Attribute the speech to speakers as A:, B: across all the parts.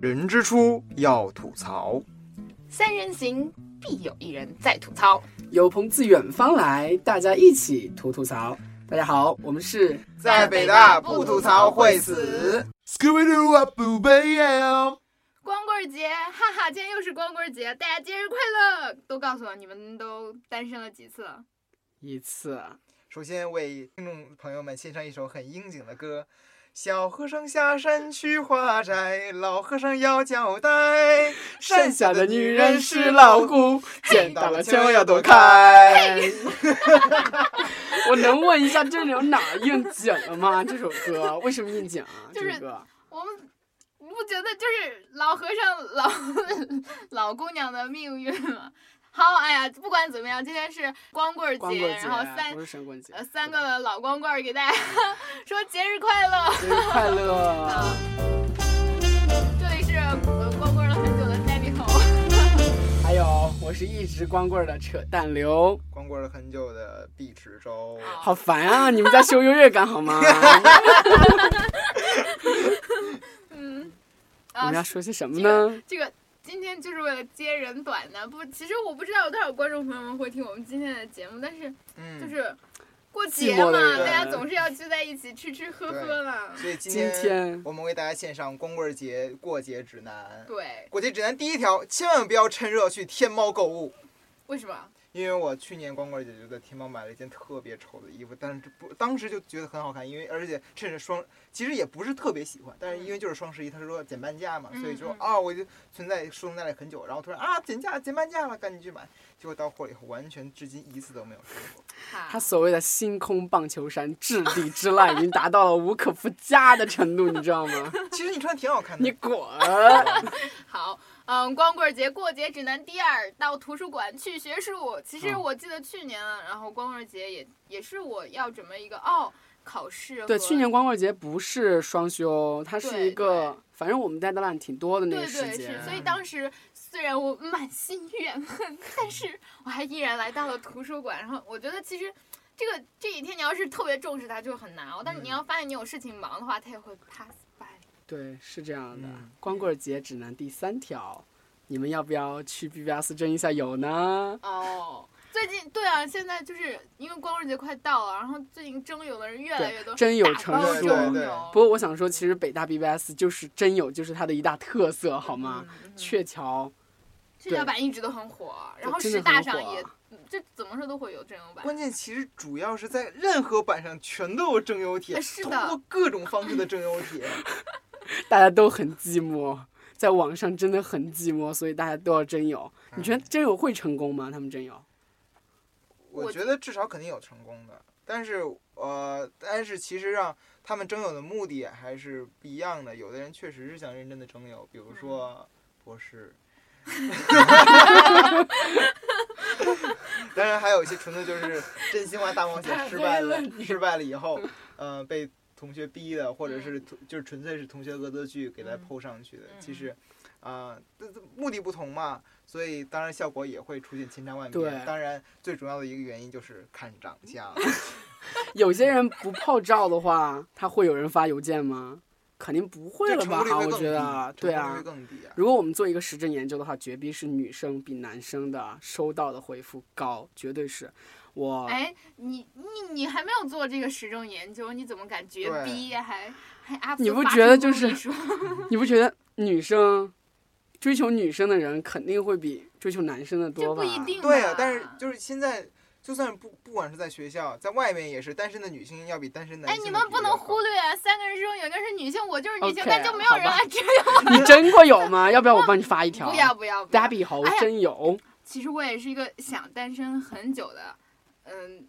A: 人之初要吐槽，
B: 三人行必有一人在吐槽。
C: 有朋自远方来，大家一起吐吐槽。大家好，我们是
B: 在北大不吐槽会死。
A: Scooby-Doo 啊，不悲哀。
B: 光棍节，哈哈，今天又是光棍节，大家节日快乐！都告诉我你们都单身了几次了？
C: 一次，啊
A: 首先为听众朋友们献上一首很应景的歌：小和尚下山去化斋，老和尚要交代。
C: 山下的女人是老姑，见到了千万要躲开。
A: 开。
C: 我能问一下，这里有哪儿应景了吗？这首歌为什么应景啊？
B: 就是
C: 这首歌
B: 我们你不觉得就是老和尚老 老姑娘的命运吗？好，哎呀，不管怎么样，今天是光棍节，
C: 光棍节
B: 然后
C: 啊，
B: 三
C: 不是神棍节
B: 呃三个老光棍儿给大家说节日快乐。
C: 节日快乐！啊
B: 呃，这里是呃光棍了很久的 Debbie 猴，
C: 还有，我是一直光棍的扯淡
B: 哦
C: 流，
A: 光棍了很久的毕池洲，
C: 好烦啊！你们在秀优越感好 吗？
B: 嗯，
C: 我
B: 啊
C: 们要，说些什么呢？
B: 这个今天就是为了接人短的，不，其实我不知道有多少观众朋友们会听我们今天的节目，但是
A: 嗯，
B: 就是过节
C: 寂寞
B: 嘛，
C: 的
B: 大
A: 人
B: 家总是要聚在一起吃吃喝喝了。
A: 所以今
C: 今天
A: 我们为大家献上光棍节过节指南。
B: 对，
A: 过节指南第一条，千万不要趁热去天猫购物。
B: 为什么？
A: 因为我去年光棍节就在天猫买了一件特别丑的衣服，但是不当时就觉得很好看，因为而且趁着双，其实也不是特别喜欢，但是因为就是双十一，他说减半价嘛，
B: 嗯
A: 所以就
B: 嗯
A: 啊、我就存在收藏在了很久，然后突然啊减价减半价了，赶紧去买，结果到货以后完全至今一次都没有穿过。
B: 他
C: 他所谓的星空棒球衫质地之烂，已经达到了无可复加的程度，你知 道吗？
A: 其实你穿的挺好看
C: 你
A: 的，
C: 滚！
B: 好，嗯，光棍节过节指南第二，到图书馆去学术。其实
C: 嗯
B: 我记得去年，然后光棍节也也是我要准备一个哦考试和。
C: 对，去年光棍节不是双休，哦它是
B: 对
C: 一个，反正我们带的烂挺多的那
B: 对
C: 个时
B: 对
C: 间啊
B: 是，。所以当时虽然我满心怨恨，但是我还依然来到了图书馆。然后我觉得其实这个这几天你要是特别重视它，就很难哦熬。但是你
A: 嗯
B: 要发现你有事情忙的话，它也会 pass by。
C: 对，是这样的
A: 嗯。
C: 光棍节指南第三条，你们要不要去 BBS 征一下友呢？
B: 哦，最近对啊，现在就是因为光棍节快到了，然后最近征友的人越来越多，
C: 对真有
B: 打
C: 成
B: 包
A: 数
B: 征
A: 对对
B: 友
C: 不过我想说，其实北大 BBS 就是真友，就是它的一大特色，好吗？？
B: 嗯嗯
C: 鹊桥，
B: 这条版一直都很火，然后
C: 真
B: 师
C: 的
B: 大
C: 很
B: 上
C: 火啊
B: 也，嗯这怎么说都会有真友版。
A: 关键其实主要是在任何版上全都有征友帖，
B: 呃是的
A: 通过各种方式的征友帖。
C: 大家都很寂寞，在网上真的很寂寞，所以大家都要真友。
A: 嗯
C: 你觉得真友会成功吗？他们真友？
A: 我
B: 我
A: 觉得至少肯定有成功的，但是呃，但是其实让他们征友的目的还是不一样的。有的人确实是想认真的征友，
B: 嗯
A: 比如说博 士，当然还有一些纯粹就是真心话大冒险失败了，失败了以后，呃，被同学逼的，或者是同就是纯粹是同学恶作剧给他
B: 嗯
A: 抛上去的。其
B: 嗯
A: 实，啊、这这目的不同嘛，所以当然效果也会出现千差万别。
C: 对
A: 当然最主要的一个原因就是看长相。
C: 有些人不泡照的话，他会有人发邮件吗？肯定不会
A: 这
C: 了
A: 成功
C: 吧
A: 率？会
C: 我
A: 更
C: 觉得，
A: 低，
C: 对
A: 成功率
C: 啊
A: 会。更低啊。
C: 如果我们做一个实证研究的话，绝逼是女生比男生的收到的回复高，绝对是。我
B: 哎，你你你还没有做这个实证研究，你怎么敢绝
A: 对
B: 逼呀？还还阿
C: 你
B: 福
C: 不
B: 发
C: 觉
B: 出这
C: 得就
B: 么
C: 是
B: 一说
C: 你不觉得女生追求女生的人肯定会比追求男生的
B: 这
C: 多吧？
B: 不一定吧。
A: 对啊，但是就是现在。就算不不管是在学校，在外面也是，单身的女性要比单身男
B: 哎，
A: 性
B: 你
A: 的
B: 们
A: 比
B: 不
A: 例
B: 能
A: 要
B: 忽
A: 高
B: 略啊，三个人之中有一个是女性，我就是女性
C: OK，
B: 但就没有人
C: 好
B: 啊，只有
C: 你真过有 吗？要不要我帮你发一条？
B: 不要不要不要。
C: ，Debbie 猴
B: 哎呀
C: 真有。
B: 其实我也是一个想单身很久的，嗯，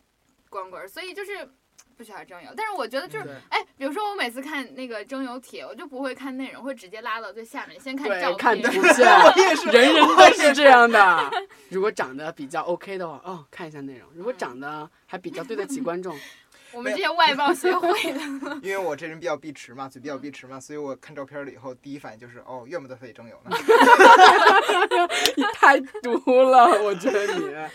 B: 光棍儿，所以就是不需要征友。但是我觉得就是
C: 嗯
A: 对
B: 哎，比如说我每次看那个征友帖，我就不会看内容，会直接拉到最下面，先看照片。
C: 对，看图
A: 我
C: 片，
A: 也 是，
C: 人人都是这样的。如果长得比较 OK 的话，哦，看一下内容；如果
B: 嗯
C: 长得还比较对得起观众，
B: 我们这些外貌协会的，
A: 因为我这人比较避迟嘛，嘴比
B: 嗯
A: 较避迟嘛，所以我看照片了以后，第一反应就是哦，怨不得非得征友呢。
C: 嗯你太毒了，我觉得你。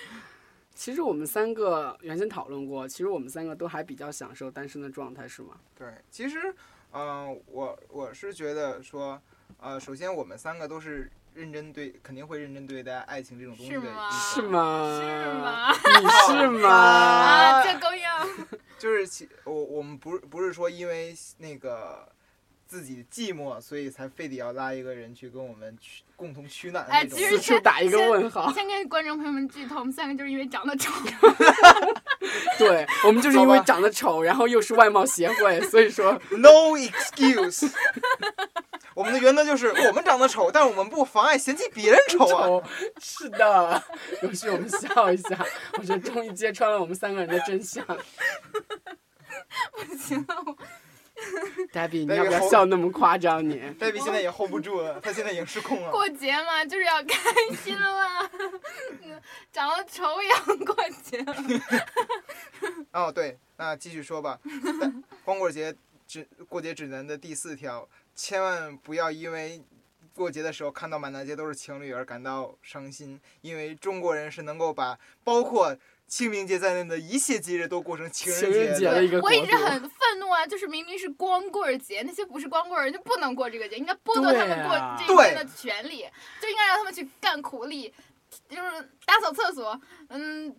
C: 其实我们三个原先讨论过，其实我们三个都还比较享受单身的状态，是吗？
A: 呃对，其实，嗯、我我是觉得说，呃，首先我们三个都是认真对，肯定会认真对待爱情这种东西的
B: 是
A: 一
B: 吗
A: 种
C: 是吗？
B: 是？吗？
C: 你是吗？
B: 啊，这够样。
A: 就是其我我们不是不是说因为那个自己寂寞，所以才非得要拉一个人去跟我们去共同取暖的
B: 哎
A: 那种。
B: 其
C: 此
B: 实
C: 处打一个问号。
B: 先跟观众朋友们剧透，我们三个就是因为长得丑，
C: 对我们就是因为
A: 好吧
C: 长得丑，然后又是外貌协会，所以说
A: No excuse 。 我们的原则就是，我们长得丑，但我们不妨碍嫌弃别人丑啊。
C: 丑。是的，有时我们笑一下，我觉得终于揭穿了我们三个人的真相。
B: 不行了，我
C: 黛比，你
A: 那
C: 要
A: 个
C: 不要
A: 猴
C: 笑那么夸张你？
A: 黛比现在也 hold 不住了，她现在已经失控了。
B: 过节嘛就是要开心啦， 长得丑也要过节了。
A: 哦，对，那继续说吧。但光棍节指过节指南的第四条，千万不要因为过节的时候看到满大街都是情侣而感到伤心，因为中国人是能够把包括清明节在内的一切节日都过成情
C: 情人
A: 人
C: 节
A: 节的。
C: 了一个
B: 我一
C: 国
B: 直
C: 度
B: 很愤怒啊，就是明明是光棍儿节，那些不是光棍儿人就不能过这个节，应该剥夺他们过
C: 对啊
B: 这一天的权利，就应该让他们去干苦力，就是打扫厕所，嗯，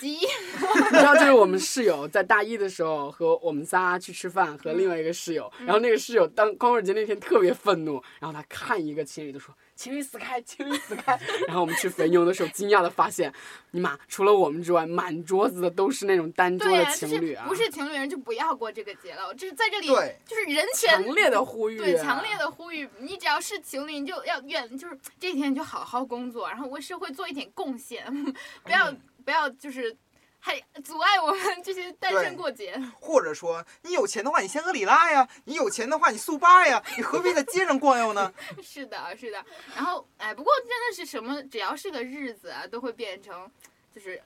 B: 洗衣，
C: 你知道，这是我们室友在大一的时候和我们仨去吃饭，和另外一个室友，
B: 嗯
C: 然后那个室友当光棍节那天特别愤怒，然后他看一个情侣就说。情侣死开，情侣 死开。然后我们去肥牛的时候，惊讶的发现，尼玛，除了我们之外，满桌子的都是那种单桌
B: 对
C: 的
B: 呀、就
C: 情侣
B: 是
C: 啊！
B: 不是情侣人就不要过这个节了，我这在这里
A: 对
B: 就是人
C: 强
B: 前
C: 烈的呼吁、啊，
B: 对，强烈的呼吁，你只要是情侣，你就要愿，就是这一天你就好好工作，然后为社会做一点贡献， 不要、
C: 嗯
B: 不要就是还阻碍我们这些单身
A: 对
B: 过节。
A: 或者说，你有钱的话，你先喝里拉呀；你有钱的话，你速八呀，你何必在街上逛悠呢？
B: 是的，是的。然后哎，不过真的是什么，只要是个日子啊，都会变成就是。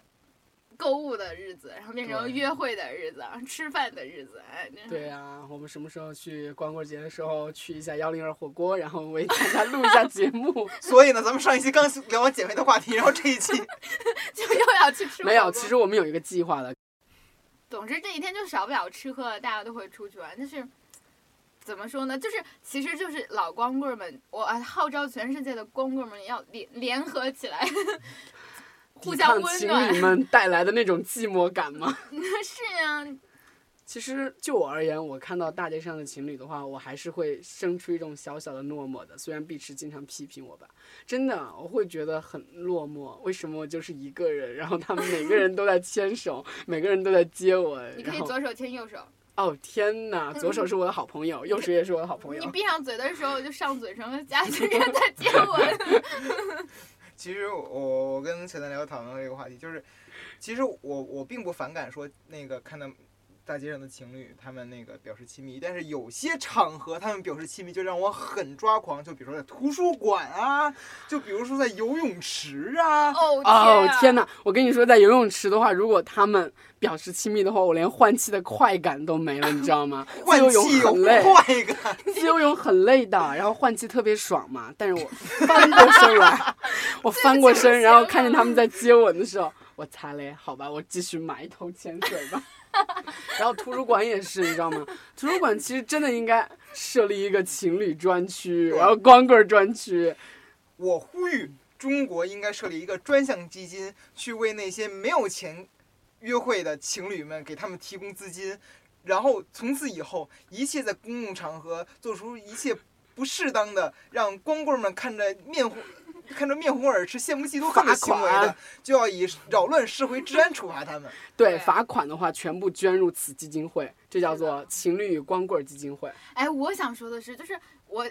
B: 购物的日子，然后变成
A: 对
B: 约会的日子，吃饭的日子，哎， 真是
C: 对啊，我们什么时候去光棍节的时候去一下幺零二火锅，然后为大家录一 下节目。
A: 所以呢，咱们上一期刚聊完减肥的话题，然后这一期
B: 就又要去吃火锅。
C: 没有，其实我们有一个计划的，
B: 总之这一天就少不了吃喝，大家都会出去玩。但是怎么说呢？就是其实就是老光棍儿们，我啊号召全世界的光棍儿们要联联合起来， 互
C: 抵
B: 相
C: 抗
B: 温
C: 情
B: 暖。
C: 侣们带来的那种寂寞感吗？
B: 是呀、
C: 其实就我而言，我看到大街上的情侣的话，我还是会生出一种小小的落寞的。虽然碧池经常批评我吧，真的我会觉得很落寞。为什么我就是一个人？然后他们每个人都在牵手，每个人都在接我。
B: 你可以
C: 然后
B: 左手牵右手，
C: 哦天哪，左手是我的好朋友，右手也是我的好朋
B: 你
C: 友。
B: 闭上嘴的时候就上嘴唇，加这个 在接吻。
A: 其实我我跟前男友讨论过这个话题，就是其实我我并不反感说那个看到大街上的情侣他们那个表示亲密，但是有些场合他们表示亲密就让我很抓狂，就比如说在图书馆啊，就比如说在游泳池啊，
B: 哦
C: 哦天
B: 哪！
C: 哪！我跟你说，在游泳池的话，如果他们表示亲密的话，我连换气的快感都没了，你知道吗？自
A: 换
C: 由泳
A: 气有
C: 很累。
A: 快 感，
C: 自由泳很累的，然后换气特别爽嘛。但是我翻过 身来，我翻过身，然后看见他们在接吻的时候，我擦嘞，好吧，我继续埋头潜水 吧。然后图书馆也是，你知道吗？图书馆其实真的应该设立一个情侣专区，
A: 对
C: 然后光棍专区。
A: 我呼吁中国应该设立一个专项基金，去为那些没有钱约会的情侣们给他们提供资金，然后从此以后，一切在公共场合做出一切不适当的，让光棍们看着面红。 看着面红耳赤、羡慕嫉妒恨的行为
C: 罚
A: 的
C: 款，
A: 就要以扰乱社会治安处罚他们。
C: 对，
B: 对
C: 罚款的话全部捐入此基金会，这叫
B: 是
C: 做
B: 的
C: 情侣与光棍基金会。
B: 哎，我想说的是，就是我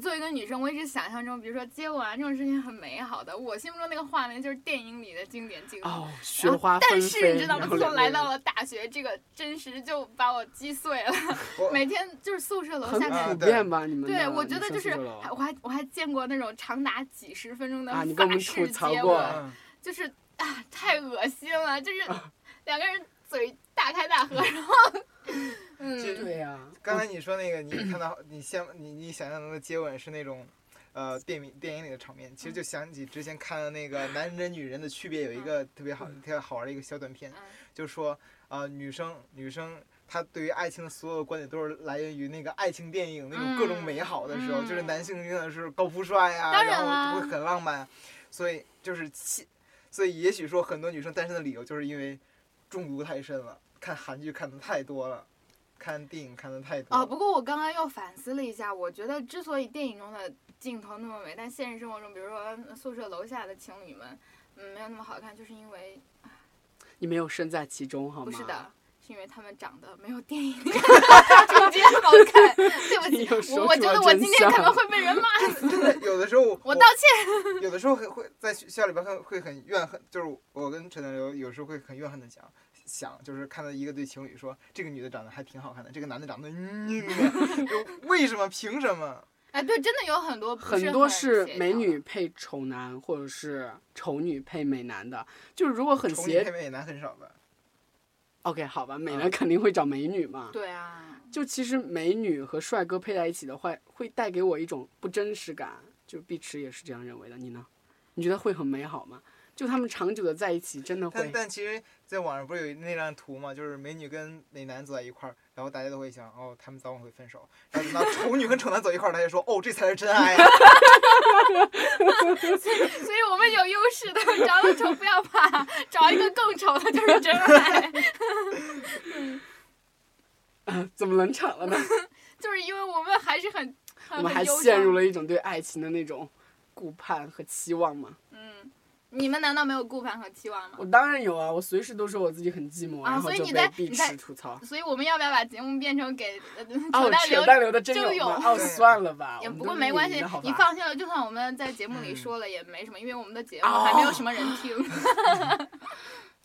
B: 作为一个女生，我一直想象中，比如说接吻啊这种事情很美好的，我心目中那个画面就是电影里的经典镜头。
C: 哦，雪
B: 然后
C: 花纷
B: 啊但
C: 飞。
B: 是你知道吗？
C: 然后
B: 自
C: 两
B: 从
C: 个
B: 来
C: 人
B: 到了大学，这个真实就把我击碎了。
A: 我
B: 每天就是宿舍楼
C: 很
B: 下面
A: 啊
C: 普
A: 对，
C: 遍吧？你们
B: 对
C: 的
B: 我觉得
C: 女
B: 就
C: 生
B: 是
C: 宿舍楼
B: 还，我还我还见过那种长达几十分钟的
C: 啊你跟我
B: 法
C: 们
B: 式
C: 吐槽
B: 接
C: 过
B: 吻，
A: 嗯
B: 就是啊，太恶心了，就是
C: 啊
B: 两个人嘴大开大合， 然后嗯，
C: 对呀、
A: 刚才你说那个，你看到你像你你想象中的接吻是那种，呃，电影电影里的场面，其实就想起之前看的那个《男人女人的
C: 嗯
A: 区别》，有一个特别好、特别好玩的一个小短片，
B: 嗯
A: 就说啊、呃女生女生他对于爱情的所有的观点都是来源于那个爱情电影那种各种美好的时候，
B: 嗯嗯
A: 就是男性真的是高富帅呀、
B: 当然
A: 然
B: 啦
A: 后就会很浪漫，所以就是气，所以也许说很多女生单身的理由就是因为中毒太深了，看韩剧看的太多了，看电影看的太多
B: 哦，
A: 了。
B: 不过我刚刚又反思了一下，我觉得之所以电影中的镜头那么美，但现实生活中，比如说宿舍楼下的情侣们，嗯，没有那么好看，就是因为
C: 你没有身在其中好吗？
B: 不是的，是因为他们长得没有电影 中间好看。对不
C: 你又
B: 起，
C: 说
B: 我我
C: 出
B: 觉
C: 了
B: 得我
C: 真
B: 今天可
C: 相
B: 能会被人骂死，
A: 真的，有的时候我
B: 我道歉。
A: 有的时候会会在学校里边会会很怨恨，就是我跟陈德流有时候会很怨恨的讲，想就是看到一个对情侣说这个女的长得还挺好看的，这个男的长得嗯， 就为什么凭什么？
B: 哎，对，真的有很多不
C: 很多
B: 是
C: 是
B: 很协
C: 美
B: 调
C: 女配丑男，或者是丑女配美男的。就是如果很
A: 丑女
C: 邪
A: 配嗯美男很少吧？
C: ，OK，好吧，美男肯定会找美女嘛。
B: 对啊，
C: 就其实美女和帅哥配在一起的话，会带给我一种不真实感。就碧池也是这样认为的，你呢？你觉得会很美好吗？就他们长久的在一起，真的
A: 但
C: 会
A: 但其实，在网上不是有那张图嘛，就是美女跟美男走在一块儿，然后大家都会想，哦，他们早晚会分手。然后等到丑女跟丑男走一块儿，大家说，哦，这才是真爱啊。
B: 所以我们有优势的，长得丑不要怕，找一个更丑的就是真爱。
C: 怎么冷场 了呢？
B: 就是因为我们还是很，很
C: 我们还陷入。了一种对爱情的那种顾盼和期望嘛。
B: 很忧伤嗯，你们难道没有顾盼和期望吗
C: 我？当然有啊，我随时都说我自己很寂寞，
B: 啊
C: 然后
B: 所以
C: 就
B: 你
C: 被
B: 在
C: 碧
B: 你在
C: 池吐槽。
B: 所以我们要不要把节目变成给呃
C: 哦
B: 扯，淡流
C: 扯淡流的真
B: 就
C: 有吗？
B: 有
C: 哦，算了吧，
B: 也
C: 我们
B: 不
C: 都
B: 过
C: 是
B: 没关系
C: 匿名的好，
B: 你
C: 吧
B: 放心了。就算我们在节目里
A: 嗯
B: 说了也没什么，因为我们的节目还没
C: 哦
B: 有什么人 听。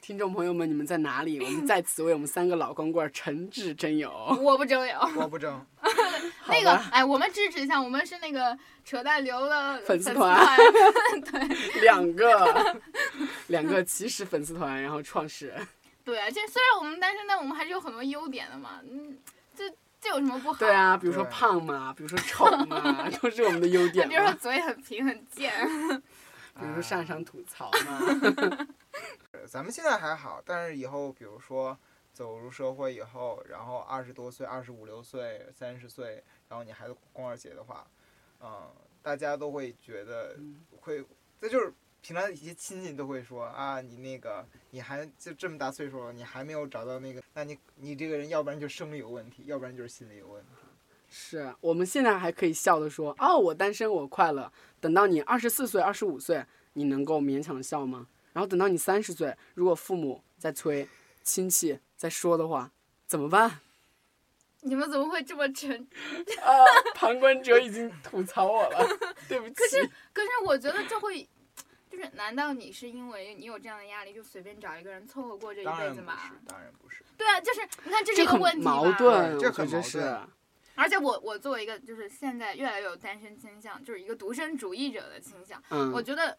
C: 听众朋友们，你们在哪里？我们在此为我们三个老光棍儿诚挚真友。
B: 我不征友。
A: 我不争，
C: 好
B: 那个
C: 吧，
B: 哎，我们支持一下，我们是那个扯淡流的
C: 粉丝
B: 丝
C: 团
B: 团，
C: 两个 两个起始粉丝团，然后创始人。
B: 对，这虽然我们单身，但我们还是有很多优点的嘛。嗯，这这有什么不好？
C: 对，啊，比如说
A: 对
C: 胖嘛，比如说丑 嘛，都是我们的优点
B: 比如说
C: 嘛。
B: 嘴很平很贱，
C: 比如说上上吐槽嘛。
A: 咱们现在还好，但是以后比如说走入社会以后，然后二十多岁、二十五六岁、三十岁，然后你还光棍节的话，嗯，大家都会觉得
B: 嗯
A: 会，这就是平常一些亲戚都会说啊，你那个你还就这么大岁数了，你还没有找到那个，那你你这个人要不然就生理有问题，要不然就是心理有问题。
C: 是我们现在还可以笑的说，哦，我单身，我快乐。等到你二十四岁、二十五岁，你能够勉强笑吗？然后等到你三十岁，如果父母在催，亲戚在说的话，怎么办？
B: 你们怎么会这么沉？
C: 啊，旁观者已经吐槽我了，对不起。
B: 可是可是我觉得这会，就是难道你是因为你有这样的压力，就随便找一个人凑合过这一
A: 当
B: 辈
A: 然
B: 子
A: 不
B: 嘛？
A: 是，当然不是。
B: 对啊，就是你看这是
C: 这
B: 一个
C: 很
B: 问题吧
C: 矛盾，
A: 对这
C: 我觉
A: 很
C: 得这
A: 矛
C: 是
A: 盾
B: 而且我我作为一个就是现在越来越有单身倾向，就是一个独身主义者的倾向。
C: 嗯，
B: 我觉得，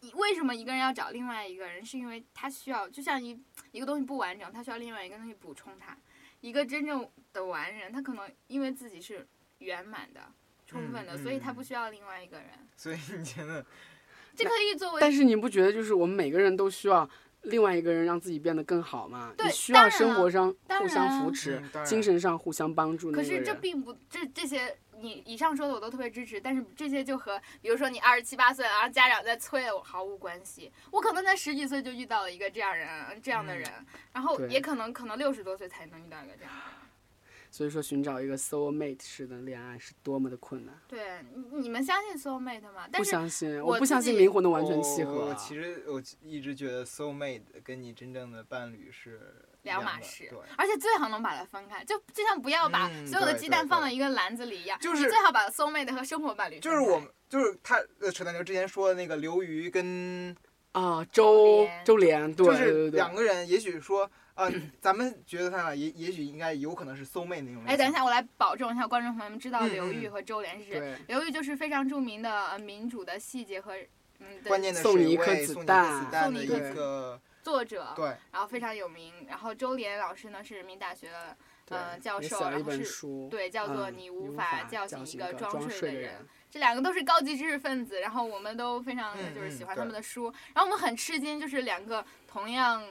B: 你为什么一个人要找另外一个人，是因为他需要，就像一一个东西不完整，他需要另外一个东西补充它。一个真正的完人，他可能因为自己是圆满的、充分的，
A: 嗯
B: 所以他不
A: 嗯
B: 需要另外一个人。
A: 所以你觉得
B: 这可以作为
C: 但是你不觉得就是我们每个人都需要另外一个人让自己变得更好吗？
B: 对
C: 你需
B: 当
C: 要
B: 然
C: 生
B: 了
C: 活上
B: 当
C: 互相
B: 然
C: 扶持
A: 嗯当，然
C: 精神上互相帮助那
B: 可
C: 个
B: 是
C: 人。
B: 这并不，这这些你以上说的我都特别支持，但是这些就和比如说你二十七八岁了，然后家长在催我毫无关系。我可能在十几岁就遇到了一个这样人，这样的
A: 嗯
B: 人，然后
C: 对
B: 也可能可能六十多岁才能遇到一个这样的人。
C: 所以说，寻找一个 soul mate 式的恋爱是多么的困难。
B: 对，你你们相信 soul mate 吗？但
C: 不
B: 是
C: 相信，
B: 我
C: 不相
B: 自己
C: 信灵魂的完全契合。啊
A: 我哦其实我一直觉得 soul mate 跟你真正的伴侣是一样
B: 两
A: 的
B: 码事
A: 对。，
B: 而且最好能把它分开，就就像不要把
A: 嗯
B: 所有的
A: 对
B: 鸡
A: 对
B: 蛋放
A: 对
B: 到一个篮子里一样，
A: 就是
B: 你最好把 soul mate 和生活伴侣
A: 就是
B: 分开
A: 我们，就是他呃，扯淡牛之前说的那个刘瑜跟，
C: 啊，周
B: 莲
C: 周莲，对
A: 就
C: 对
A: 是
C: 对对
A: 两，个人，也许说啊、呃咱们觉得他俩也也许应该有可能是 soul mate 那种。
B: 哎，等一，下，我来保证一下观众朋友们知道
A: 嗯
B: 刘玉
A: 嗯
B: 和周濂是谁。
C: 对
B: 刘玉就是非常著名的呃民主的细节和嗯
A: 关键的
C: 送
A: 水
C: 你一颗
A: 位
C: 子
A: 送你一颗
C: 弹
A: 子弹
B: 送
A: 的
B: 你
A: 一
B: 一
C: 颗
A: 个
B: 作者，
A: 对，
B: 然后非常有名。然后周濂老师呢是人民大学的
C: 对
B: 呃教
C: 也
B: 授，
C: 写了
B: 然
C: 一
B: 后
C: 本
B: 是
C: 书，
B: 对叫做
C: 嗯
B: 你
C: 你
B: 无
C: 法
B: 法叫
C: 醒
B: 醒一
C: 个
B: 个装
C: 装
B: 睡
C: 睡
B: 的
C: 人
B: 人。这两个都是高级知识分子，然后我们都非常
A: 嗯
B: 就是喜欢
A: 嗯
B: 他们的书，然后我们很吃惊，就是两个同样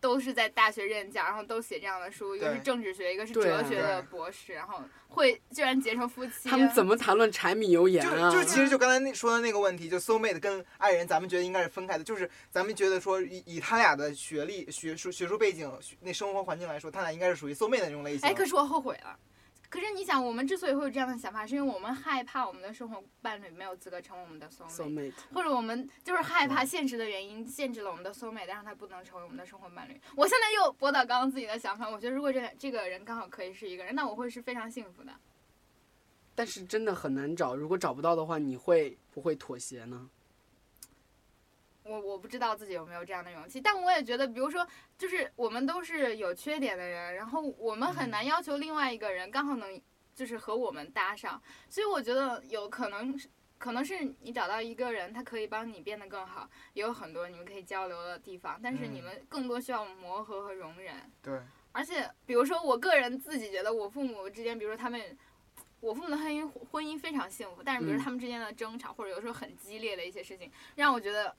B: 都是在大学任教，然后都写这样的书，一个是
A: 对
B: 政治学，一个是
C: 对啊
B: 哲学的
A: 对
B: 博士，然后会居然结成夫妻，啊
C: 他们怎么谈论柴米油盐
A: 就
C: 啊？
A: 就其实就刚才那说的那个问题，就 soul mate 跟爱人，咱们觉得应该是分开的，就是咱们觉得说以以他俩的学历、学术、学术背景、学那生活环境来说，他俩应该是属于 soul mate 的那种类型。
B: 哎，可是我后悔了。可是你想，我们之所以会有这样的想法，是因为我们害怕我们的生活伴侣没有资格成为我们的 soul
C: soul
B: mate，
C: mate，
B: 或者我们就是害怕现实的原因限制了我们的 soul mate，让他不能成为我们的生活伴侣。我现在又驳倒刚刚自己的想法，我觉得如果这这个人刚好可以是一个人，那我会是非常幸福的。
C: 但是真的很难找。如果找不到的话，你会不会妥协呢？
B: 我我不知道自己有没有这样的勇气，但我也觉得，比如说，就是我们都是有缺点的人，然后我们很难要求另外一个人刚好能就是和我们搭上，所以我觉得有可能是。可能是你找到一个人，他可以帮你变得更好，也有很多你们可以交流的地方，但是你
A: 嗯
B: 们更多需要磨合和容忍。
A: 对，
B: 而且，比如说我个人自己觉得，我父母之间，比如说他们，我父母的婚姻婚姻非常幸福，但是比如
C: 嗯
B: 说他们之间的争吵，或者有时候很激烈的一些事情，让我觉得。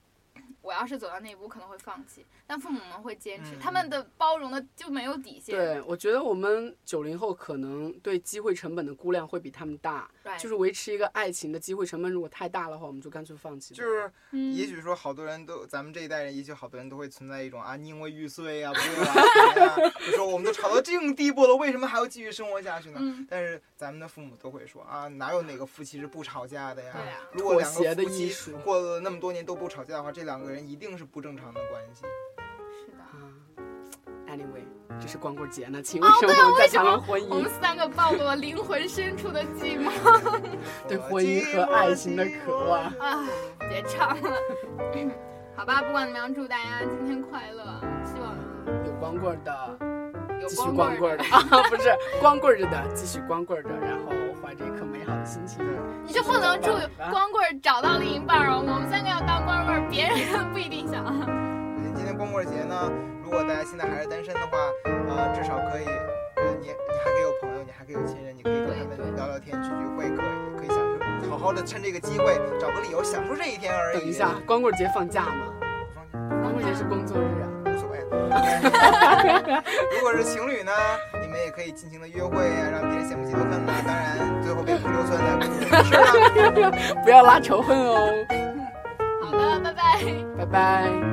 B: 我要是走到那一步，可能会放弃，但父母们会坚持，
A: 嗯
B: 他们的包容的就没有底线。
C: 对，我觉得我们九零后可能对机会成本的估量会比他们大，
B: 对
C: 就是维持一个爱情的机会成本如果太大的话，我们就干脆放弃。
A: 就是
B: 嗯，
A: 也许说好多人都，咱们这一代人，也许好多人都会存在一种啊宁为玉碎啊，不为瓦全啊， 就说我们都吵到这种地步了，为什么还要继续生活下去呢？
B: 嗯
A: 但是咱们的父母都会说啊，哪有哪个夫妻是不吵架的呀？
B: 对啊
A: 如果两
C: 妥协
A: 个
C: 的
A: 夫
C: 艺
A: 妻
C: 术
A: 过了那么多年都不吵架的话，这两个人一定是不正常的关系。
B: 是的。
C: 啊，anyway，这是光棍节呢，请
B: 哦
C: 为什么
B: 对啊
C: 我们在
B: 为什
C: 谈论
B: 么
C: 婚
B: 我
C: 姻
B: 们？三个暴露了灵魂深处的寂寞
C: 对
A: 呃
C: 婚姻和爱情的渴望
B: 啊！别唱了， 好吧，不管怎么样，祝大家今天快乐，希望
C: 有光棍儿的。
B: 有
C: 继续
B: 光
C: 光棍
B: 棍
C: 儿
B: 儿
C: 的
B: 的。
C: 啊， 不是光棍儿着的，继续光棍儿着，然后怀着一颗美好的心情。
B: 你就不能祝光棍儿找到另一半儿哦？我们三个要当光棍儿，别人不一定想。
A: 今天光棍节呢，如果大家现在还是单身的话，呃，至少可以，呃，你你还可以有朋友，你还可以有亲人，你可以跟他
B: 对对
A: 们聊聊天、聚聚会，可以可以享受，好好的趁这个机会找个理由享受这一天而已。哎
C: 等一下，光棍儿节放假吗？光棍儿节是工作日啊。
A: 无所 谓。如果是情侣呢，你们也可以尽情的约会呀、让别人羡慕嫉妒恨呐。当然，最后被泼硫酸的不是你的事儿了。
C: 不要拉仇恨哦，
B: 好的，拜拜。
C: 拜拜。